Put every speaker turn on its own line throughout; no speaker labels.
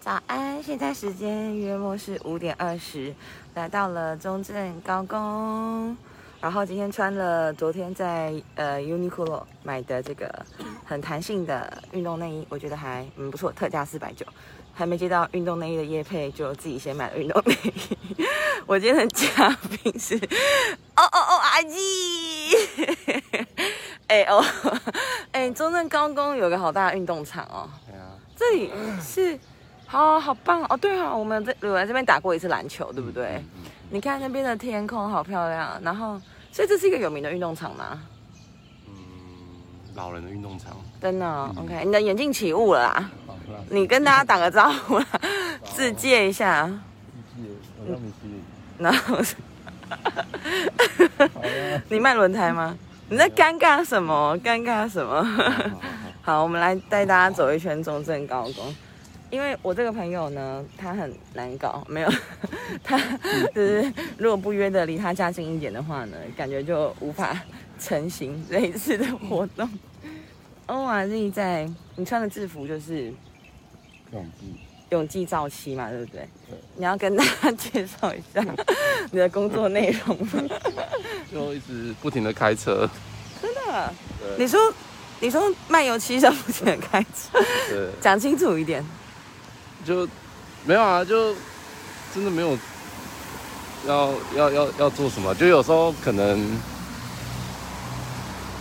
早安，现在时间约莫是五点二十，来到了中正高工。然后今天穿了昨天在呃 Uniqlo 买的这个很弹性的运动内衣，我觉得还嗯不错，特价四百九。还没接到运动内衣的业配，就自己先买了运动内衣。 我今天的嘉宾是哦哦哦阿基， 哎哦哎，中正高工有个好大的运动场哦。
对啊，
这里是，好好棒哦！对啊，我们这有来这边打过一次篮球，对不对？你看那边的天空好漂亮，啊然后所以这是一个有名的运动场吗？
嗯，老人的运动场。
真的哦、o k 你的眼镜起雾了啦，你跟大家打个招呼啦，自介一下。
我叫米奇，
然后你卖轮胎吗？你在尴尬什么？尴尬什么？好，我们来带大家走一圈中正高工。因为我这个朋友呢，他很难搞，没有 他就是如果不约的离他家近一点的话呢，感觉就无法成行这一次的活动。欧玛丽在你穿的制服就是
永记，
永记照期嘛，对不对？
对
你要跟大家介绍一下你的工作内容吗？
就一直不停的开车。
真的？你
对
说，你说卖油漆像不能开车，
对，
讲清楚一点。
就没有啊，就真的没有要要要要做什么，就有时候可能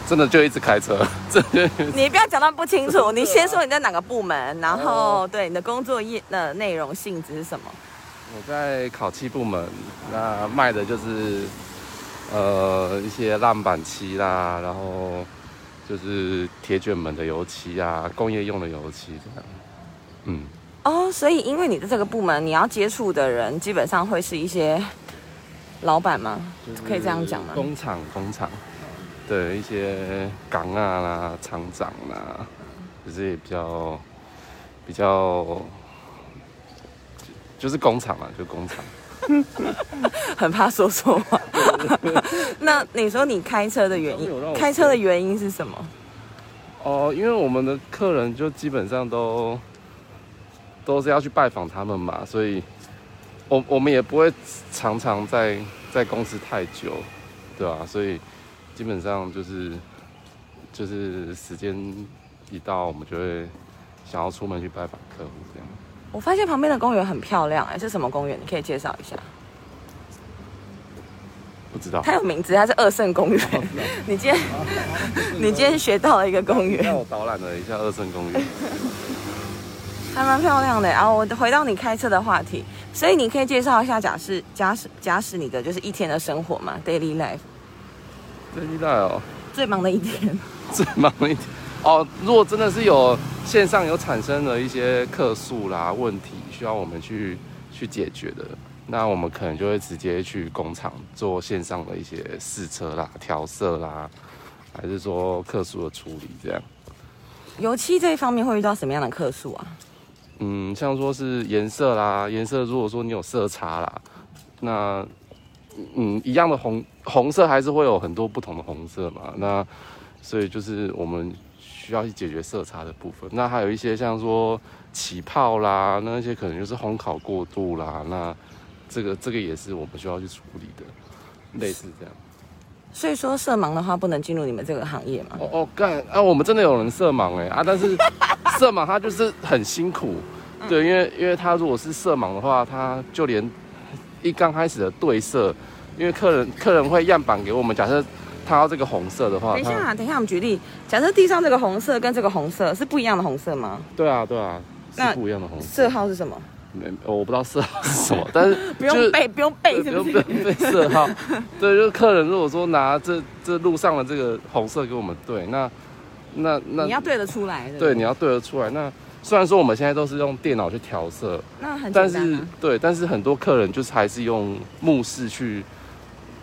真的就一直开车，这就
你不要讲到不清 楚，你先说你在哪个部门，然
哦
后对你的工作业的内容性质是什么？
我在烤漆部门，那卖的就是呃一些烂板漆啦，然后就是铁卷门的油漆啊，工业用的油漆这样。嗯，
哦，所以因为你在这个部门，你要接触的人基本上会是一些老板吗？
就是
可以这样讲吗？
工厂，工厂，对一些港啊啦、厂长啦，就是也比较比较，就就是工厂嘛，就工厂。
很怕说错话。 那你说你开车的原
你都没有让
因，
我
开车的原因是什么？
哦，因为我们的客人就基本上都都是要去拜访他们嘛，所以我我们也不会常常在在公司太久，对吧、所以基本上就是就是时间一到，我们就会想要出门去拜访客户这样。
我发现旁边的公园很漂亮、哎，是什么公园？你可以介绍一下。
不知道，
它有名字，它是二圣公园。
哦啊
你今天， 你今天学到了一个公
让
园，
我导览了一下二圣公园。
还蛮漂亮的。然后我回到你开车的话题，所以你可以介绍一下假释假使假使你的就是一天的生活嘛，daily life
最期待哦，
最忙的一天。
最忙一点哦。如果真的是有线上有产生了一些客诉啦问题，需要我们去去解决的，那我们可能就会直接去工厂做线上的一些试车啦、调色啦，还是说客诉的处理这样。
油漆这一方面会遇到什么样的客诉啊？
嗯，像说是颜色啦，颜色如果说你有色差啦，那嗯一样的红红色还是会有很多不同的红色嘛，那所以就是我们需要去解决色差的部分。那还有一些像说起泡啦，那些可能就是烘烤过度啦，那这个这个也是我们需要去处理的，类似这样。
所以说色盲的话不能进入你们这个行业嘛？
哦哦，干啊！我们真的有人色盲哎啊，但 是色盲他就是很辛苦，
嗯
对，因为因为他如果是色盲的话，他就连一刚开始的对色，因为客人客人会样板给我们，假设他要这个红色的话，
等一下、
他
啊，等一下，我们举例，假设地上这个红色跟这个红色是不一样的红色吗？
对啊对啊，
那
是不一样的红色
色，号是什么？
没我不知道色号是什么，但是
不
就
用
是
背，不用背，
不
是不
用
是？
被被色号，对，就是客人如果说拿这这路上的这个红色给我们对，那那那
你要对得出来的。
对，你要对得出来。那虽然说我们现在都是用电脑去调色，
那很
但
简单、
是
啊。
对，但是很多客人就是还是用目视去，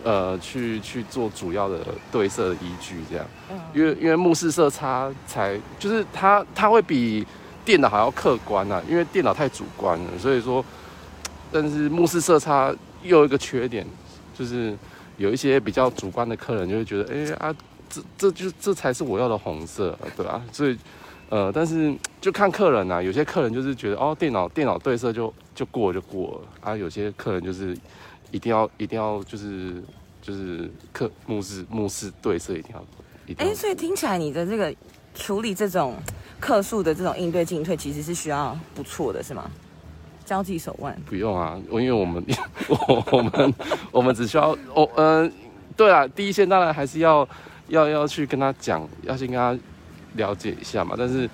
呃，去去做主要的对色的依据这样。
嗯
因为因为目视色差才就是它它会比电脑还要客观啊，因为电脑太主观了，所以说，但是目视色差又有一个缺点就是。有一些比较呃主观的客人就会觉得，哎、啊，这这就这才是我要的红色，对吧、所以呃，但是就看客人啊，有些客人就是觉得哦，电脑电脑对色就就过就过了啊，有些客人就是一定要一定要就是就是客目视目视对色一定要一定
哎，
要。
所以听起来你的这个处理这种客诉的这种应对进退，其实是需要不错的，是吗？交际手腕，
不用啊，我因为我们 我我们我们只需要哦嗯，对啊，第一线当然还是要要要去跟他讲，要先跟他了解一下嘛。但是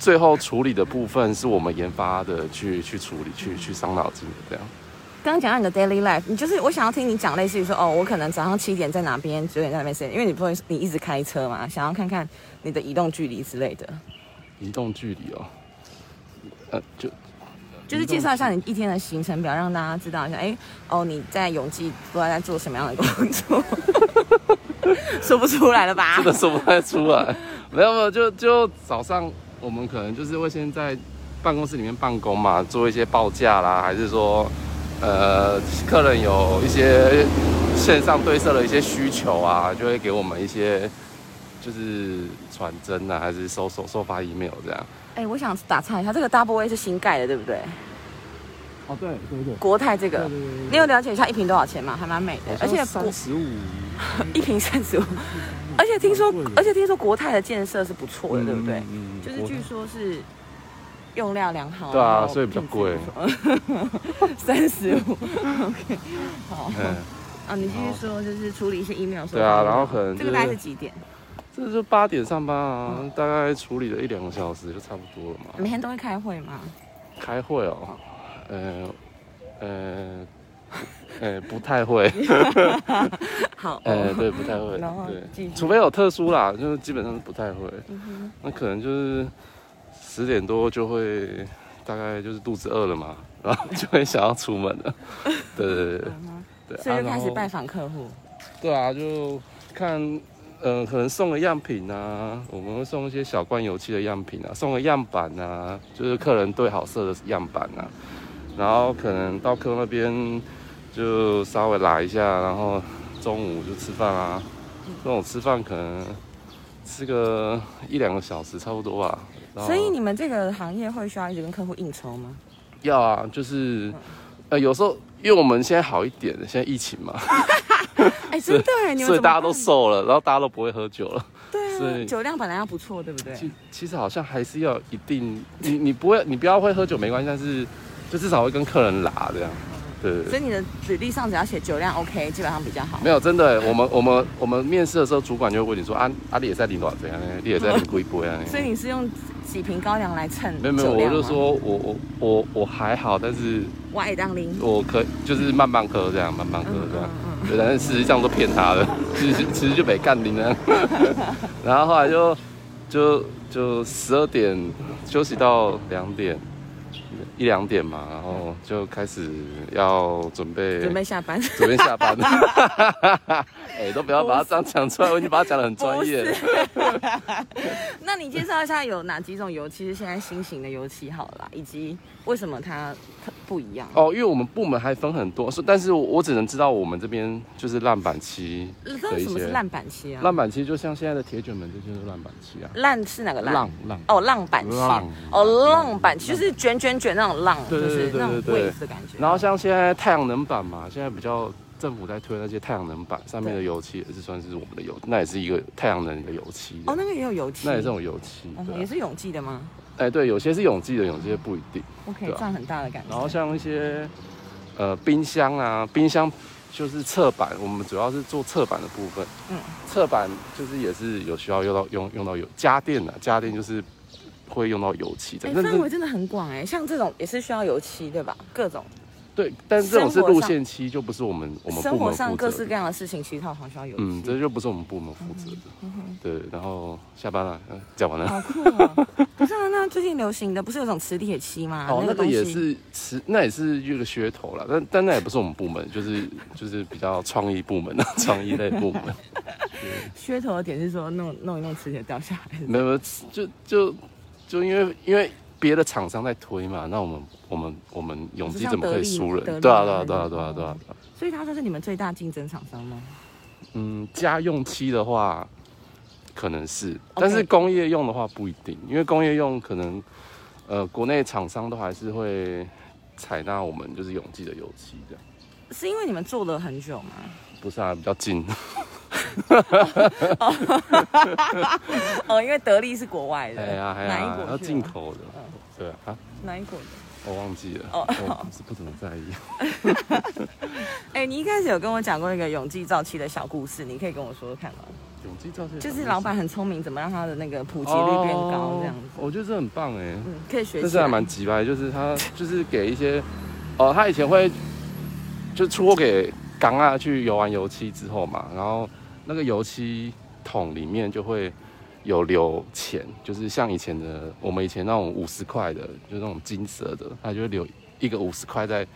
最后处理的部分是我们研发的去去处理去去伤脑筋的这样。
刚刚讲到你的 daily life，你就是我想要听你讲类似于说，哦，我可能早上七点在哪边，九点在哪边谁，因为你不会你一直开车嘛，想要看看你的移动距离之类的，
移动距离哦，呃就
就是介绍一下你一天的行程表，让大家知道一下，哎，哦，你在永济不知道在做什么样的工作， 说不出来了吧？
真的说不太出来。 没有没有，就就早上我们可能就是会先在办公室里面办公嘛，做一些报价啦，还是说呃客人有一些线上对射的一些需求啊，就会给我们一些就是传真啊，还是收收收发 email 这样。
哎，我想打岔一下，这个 Double A 是新盖的，对不对？
哦，对对对，
国泰这
对对，
个
对
你有了解一下一瓶多少钱吗？还蛮美的，而且国
三十五，
一瓶三十五， 而且听说
蛮贵的，
而且听说国泰的建设是不错的，对不对？
嗯
就是据说是用料良好，
对啊
然后
所以比较贵
三十 五，OK，好
嗯，
啊，你继续说，就是处理一些 email
对啊然后可能
这
就是
个大概是几点？
这就八点上班啊，大概处理了一两个小时就差不多了嘛。
每天都会开会吗？
开会哦，呃呃 呃，不 太会，
好，
呃，对，不太会，
然后继
对
续，
除非有特殊啦，就是基本上是不太会。
嗯
那可能就是十点多就会，大概就是肚子饿了嘛，然后就会想要出门 了。对对对
哼嗯哼
对，对
所以
啊
就开始。拜
然后
访客户。
对啊，就看。呃，可能送个样品啊，我们会送一些小罐油漆的样品啊，送个样板啊，就是客人对好色的样板啊，然后可能到客户那边就稍微拉一下，然后中午就吃饭啊。那种吃饭可能吃个一两个小时差不多吧。然后
所以你们这个行业会需要一直跟客户应酬吗？
要啊，就是呃有时候因为我们现在好一点，现在疫情嘛，
哎，真的耶，你们
所
怎
以
么
大家都
办
瘦了，然后大家都不会喝酒了。所
对啊，
以
酒量本来要不错，对不对？
其其实好像还是要有一定，你你不会你不要会喝酒没关系，但是就至少会跟客人拉这样。对对对
所以你的履历上只要写酒量 OK，基本上比较好。
没有，真的，我们我们我们面试的时候，主管就会问你说啊啊，你也在领多少这样呢？你也在领几杯啊？
所以你是用几瓶高粱来称
没有没有，
酒
我
量
就
吗
说我我我我还好，但是
我爱当零。嗯
我可以就是慢慢喝这样，慢慢喝这样。对，啊但是事实上都骗他的， 其实其实就没干你呢。 然后后来就就就十二点休息到两点。一两点嘛，然后就开始要准备
准备下班，
准备下班。 哎、都不要把它这样讲出来，我已经把它讲得很专业了。
那你介绍一下有哪几种油漆是现在新型的油漆好了啦，以及为什么它特不一样？啊
哦，因为我们部门还分很多，所以但是我我只能知道我们这边就是烂板漆的一
到底
些。
什么是烂板漆啊？
烂板漆就像现在的铁卷门，这就是烂板漆啊。
烂是哪个烂？
浪浪
哦，浪板漆
浪
哦，浪板漆就是卷卷卷那种浪，就
对对
是
对
那种
对对
wave 的感觉。
然后像现在太阳能板嘛，现在比较政府在推那些太阳能板上面的
对
油漆，也是算是我们的油，那也是一个太阳能的油漆。
哦，那个也有油漆，
那也是种油漆，
嗯哼
对
也
啊。
是永济的吗
哎、对，有些是永记的，有些不一定。
？OK，
对啊
赚很大的感觉。
然后像一些呃冰箱啊，冰箱就是侧板，我们主要是做侧板的部分。
嗯
嗯，侧板就是也是有需要用到用用到油家电的、啊，家电就是会用到油漆的。
哎，
但
范围真的很广哎、像这种也是需要油漆对吧？各种
对，但是这种是
生活上
路线漆，就不是我们我们
生
部
活
门
上
负
各
责
式
的
各。样的事情，其实它好像有油漆。
嗯，这就不是我们部门负责的。
嗯
对，然后下班了，呃讲完了。
好酷哦！ 不是啊，那最近流行的不是有种磁铁漆吗？
哦，那个
东西
也是是，那也是一个噱头啦，但但那也不是我们部门，就是就是比较创意部门的 创意类部门，
噱头的点是说弄弄一弄磁铁掉下来。
没有没有，就就就因为因为别的厂商在推嘛，那我们我们我们勇
就
气
像
怎么可以
得力
输
得力
人？对啊
嘛那
对啊对啊
种
对啊对啊，对啊
所以它算是你们最大竞争厂商吗？
嗯，家用漆的话，可能是，
OK
但是工业用的话不一定，因为工业用可能，呃，国内厂商都还是会采纳我们就是永记的油漆这样。
是因为你们做了很久吗？
不是啊，比较近，
哦，因为德利是国外的，
哎呀哎
哪
呀
一国，去啊
要
了
进，口的，对啊啊，
哪一国的？
我忘记了，
哦
我不是不怎么在意。
哎、你一开始有跟我讲过一个永记造漆的小故事，你可以跟我说说看吗？
永记造这
就是老板很聪明，怎么让他的那个普及率变高这样子？
哦我觉得这很棒哎，
嗯，可以学起来。
这是还蛮急吧，就是他就是给一些，哦，他以前会就出货给港啊去游完油漆之后嘛，然后那个油漆桶里面就会有留钱，就是像以前的我们以前那种五十块的，就是那种金色的，他就会留一个五十块在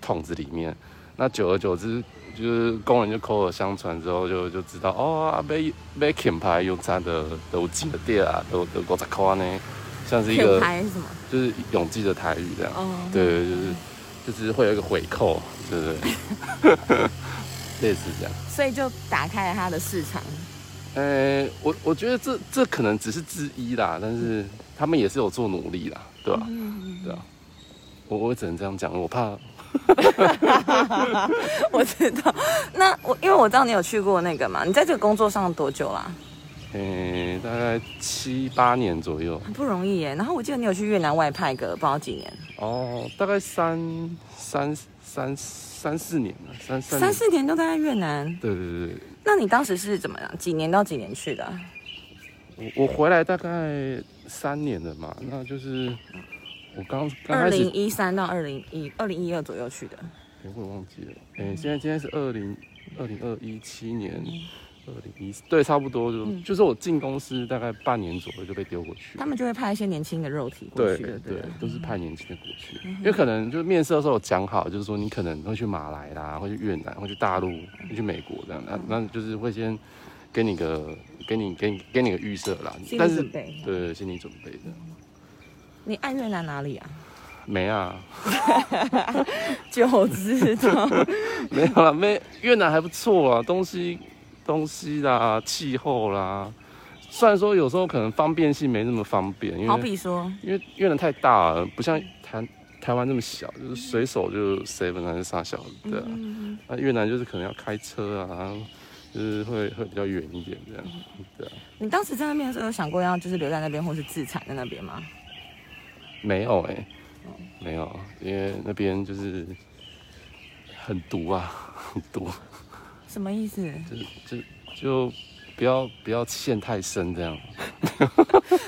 桶子里面。那久而久之，就是工人就口耳相传之后就，就知道哦，啊，买买品牌用咱的都进的店啊，都都五十块呢，像是一
品
个
牌是什么？
就是永记的台语这样。
哦，
对，就是就是会有一个回扣，对不对？ 类似这样。
所以就打开了他的市场。
呃，我我觉得这这可能只是之一啦，但是他们也是有做努力啦，对吧、
嗯，
对啊，我我只能这样讲，我怕
我知道。那我因为我知道你有去过那个嘛，你在这个工作上多久啦、
呃大概七八年左右
很不容易耶。然后我记得你有去越南外派个不知道几年，
哦，大概三三三三四年了，三三
三四年都待在越南。
对对对
那你当时是怎么样？几年到几年去的啊、
对，我我回来大概三年了嘛，那就是我刚刚
二
开始
零一三到二零一二零一二左右去的。
哎、我也忘记了。哎、现在今天是二零二零二一七年，二零一对，差不多就、
嗯
就是我进公司大概半年左右就被丢过去。
他们就会派一些年轻的肉体过
对
去的，对啊嗯
对
了，
都是派年轻的过去，因为可能就是面试的时候有讲好，就是说你可能会去马来啦，会去越南，会去大陆，会去美国这样，
嗯
那那就是会先给你个给你给你给你个预设啦，
心
但
理
是
准备。
对心理准备这样，
你爱越南哪里啊？
没啊，
就知道。
没有啦，没越南还不错啊，东西东西啦，气候啦，虽然说有时候可能方便性没那么方便， 因
好
为
比说，
因为越南太大了，不像台台湾那么小，就是随手就 seven 还是啥小的，对啊
嗯，
那、越南就是可能要开车啊，就是会会比较远一点这
嗯
样，对啊，
你当时在那边的时候有想过要就是留在那边，或是自产在那边吗？
没有哎、
哦
没有，因为那边就是很毒啊，很毒。
什么意思？
就就就不要不要陷太深这样。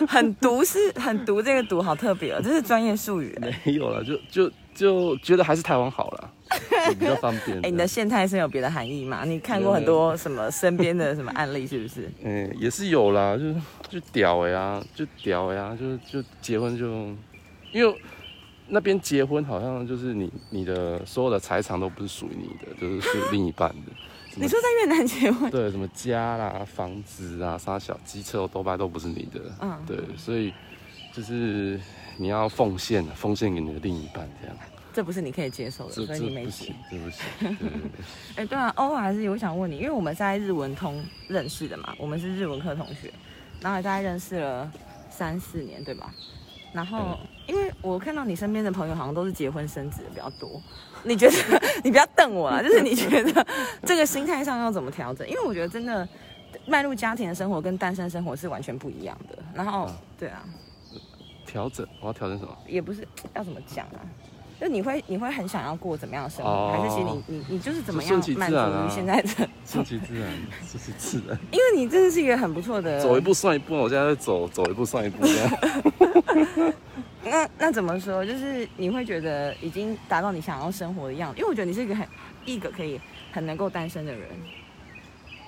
很毒是 很毒，这个毒好特别哦，这是专业术语。哎、
没有了，就就就觉得还是台湾好了，就比较方便。哎
你 的现态生有别的含义吗？你看过很多什么身边的什么案例是不是？
嗯、也是有啦，就是就屌呀、就屌呀、就就结婚就，因为那边结婚好像就是你你的所有的财产都不是属于你的，就是 属于另一半的。什么
你说在越南结婚，
对，什么家啦、房子啊、啥小机车、多巴都不是你的。
嗯
对，所以就是你要奉献，奉献给你的另一半这样。
这不是你可以接受的，
这
所以
这
你没
不
结
行。，这不行。对对对
哎、对啊，哦，我还是有想问你，因为我们是在日文通认识的嘛，我们是日文科同学，然后大概认识了三四年，对吧？然后，因为我看到你身边的朋友好像都是结婚生子的比较多，你觉得 你不要瞪我啦，就是你觉得这个心态上要怎么调整？因为我觉得真的迈入家庭的生活跟单身生活是完全不一样的。然后，
啊
对啊，
调整，我要调整什么？
也不是要怎么讲啊，就你会你会很想要过怎么样的生活，
哦
还是其实你你你就是怎么
就
样
顺其自
满足
然啊
于现在的？
顺其自然，顺其自然，
因为你真的是一个很不错的，
走一步算一步。我现在在走，走一步算一步这样。
那那怎么说？就是你会觉得已经达到你想要生活的样子，因为我觉得你是一个很一个可以很能够单身的人。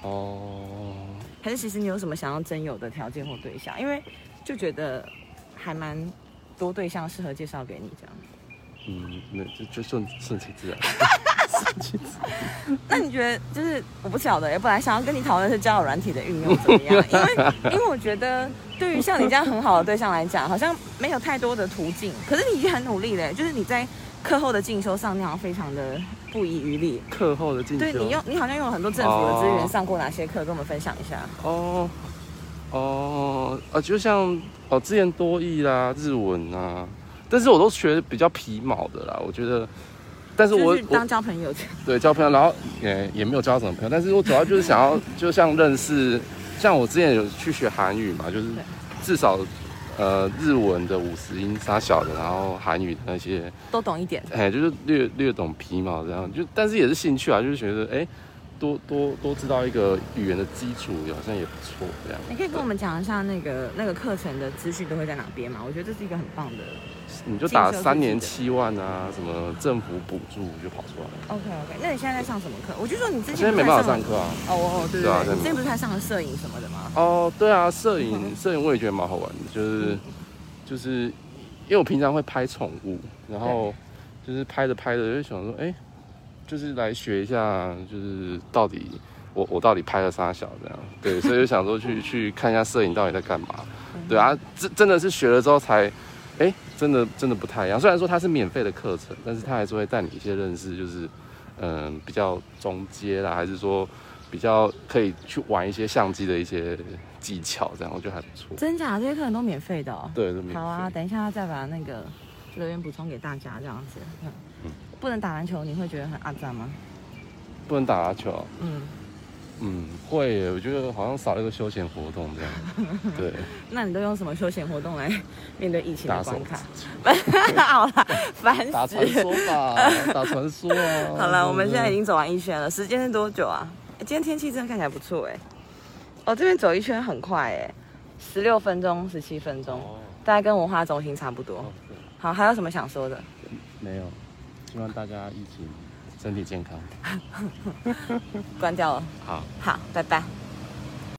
哦，
还是其实你有什么想要真有的条件或对象？因为就觉得还蛮多对象适合介绍给你这样。
嗯，那就就顺顺其自然。
那你觉得就是我不晓得，本来想要跟你讨论是交友软体的运用怎么 样，因为因为我觉得对于像你这样很好的对象来讲，好像没有太多的途径。可是你已经很努力了，欸就是你在课后的进修上，你好像非常的不遗余力。
课后的进修。啊
对你用，你好像用了很多政府的资源上过哪些课，跟我们分享一下。
哦，哦，啊，就像哦，之前多义啦、日文啊，但是我都学比较皮毛的啦，我觉得。但是我
就是
我
当交朋友这样。
对交朋友，然后也也没有交到什么朋友，但是我主要就是想要，就像认识，像我之前有去学韩语嘛，就是
对
至少呃日文的五十音啥小的，然后韩语的那些
都懂一点。
哎，就是略略懂皮毛这样，就但是也是兴趣啊，就是觉得哎，多多多知道一个语言的基础，好像也不错这样。
你可以跟我们讲一下那个那个课程的资讯都会在哪边吗？我觉得这是一个很棒的。
你就打
进修自己的
三年七万啊，什么政府补助就跑出来了。
OK OK，那你现在在上什么课？我就说你之前
现在
不
没
是还
办法
上
上
了
课啊。
哦哦，对
对啊
对对，
对
你之前不是还上了摄影什么的吗？
哦，对啊，摄
嗯
影摄影我也觉得蛮好玩的，就是就是因为我平常会拍宠物，然后就是拍着拍着就想说，哎，就是来学一下，就是到底我我到底拍了啥小这样，对，所以就想说去去看一下摄影到底在干嘛，对啊，真真的是学了之后才。哎，真的真的不太一样。虽然说它是免费的课程，但是它还是会带你一些认识，就是嗯比较中阶啦，还是说比较可以去玩一些相机的一些技巧，这样我觉得还不错。
真假这些课程都免费的哦。
对，都免
好啊，
费。
等一下再把那个留言补充给大家，这样子。嗯
嗯
不能打篮球，你会觉得很阿脏吗？
不能打篮球啊，
嗯，
嗯，会耶，我觉得好像少了一个休闲活动 这样。对，
那你都用什么休闲活动来面对疫情
打
的
手
关卡？ 好啦，烦
打
死
传说吧，打传说 啊。
好了，我们现在已经走完一圈了，时间是多久啊？诶今天天气真的看起来不错哎、哦，这边走一圈很快哎、十六分钟、十七分钟，
哦
大概跟文化中心差不多
哦。对
好，还有什么想说的？
没有，希望大家疫情身体健康。
关掉了，
好。
好，拜拜。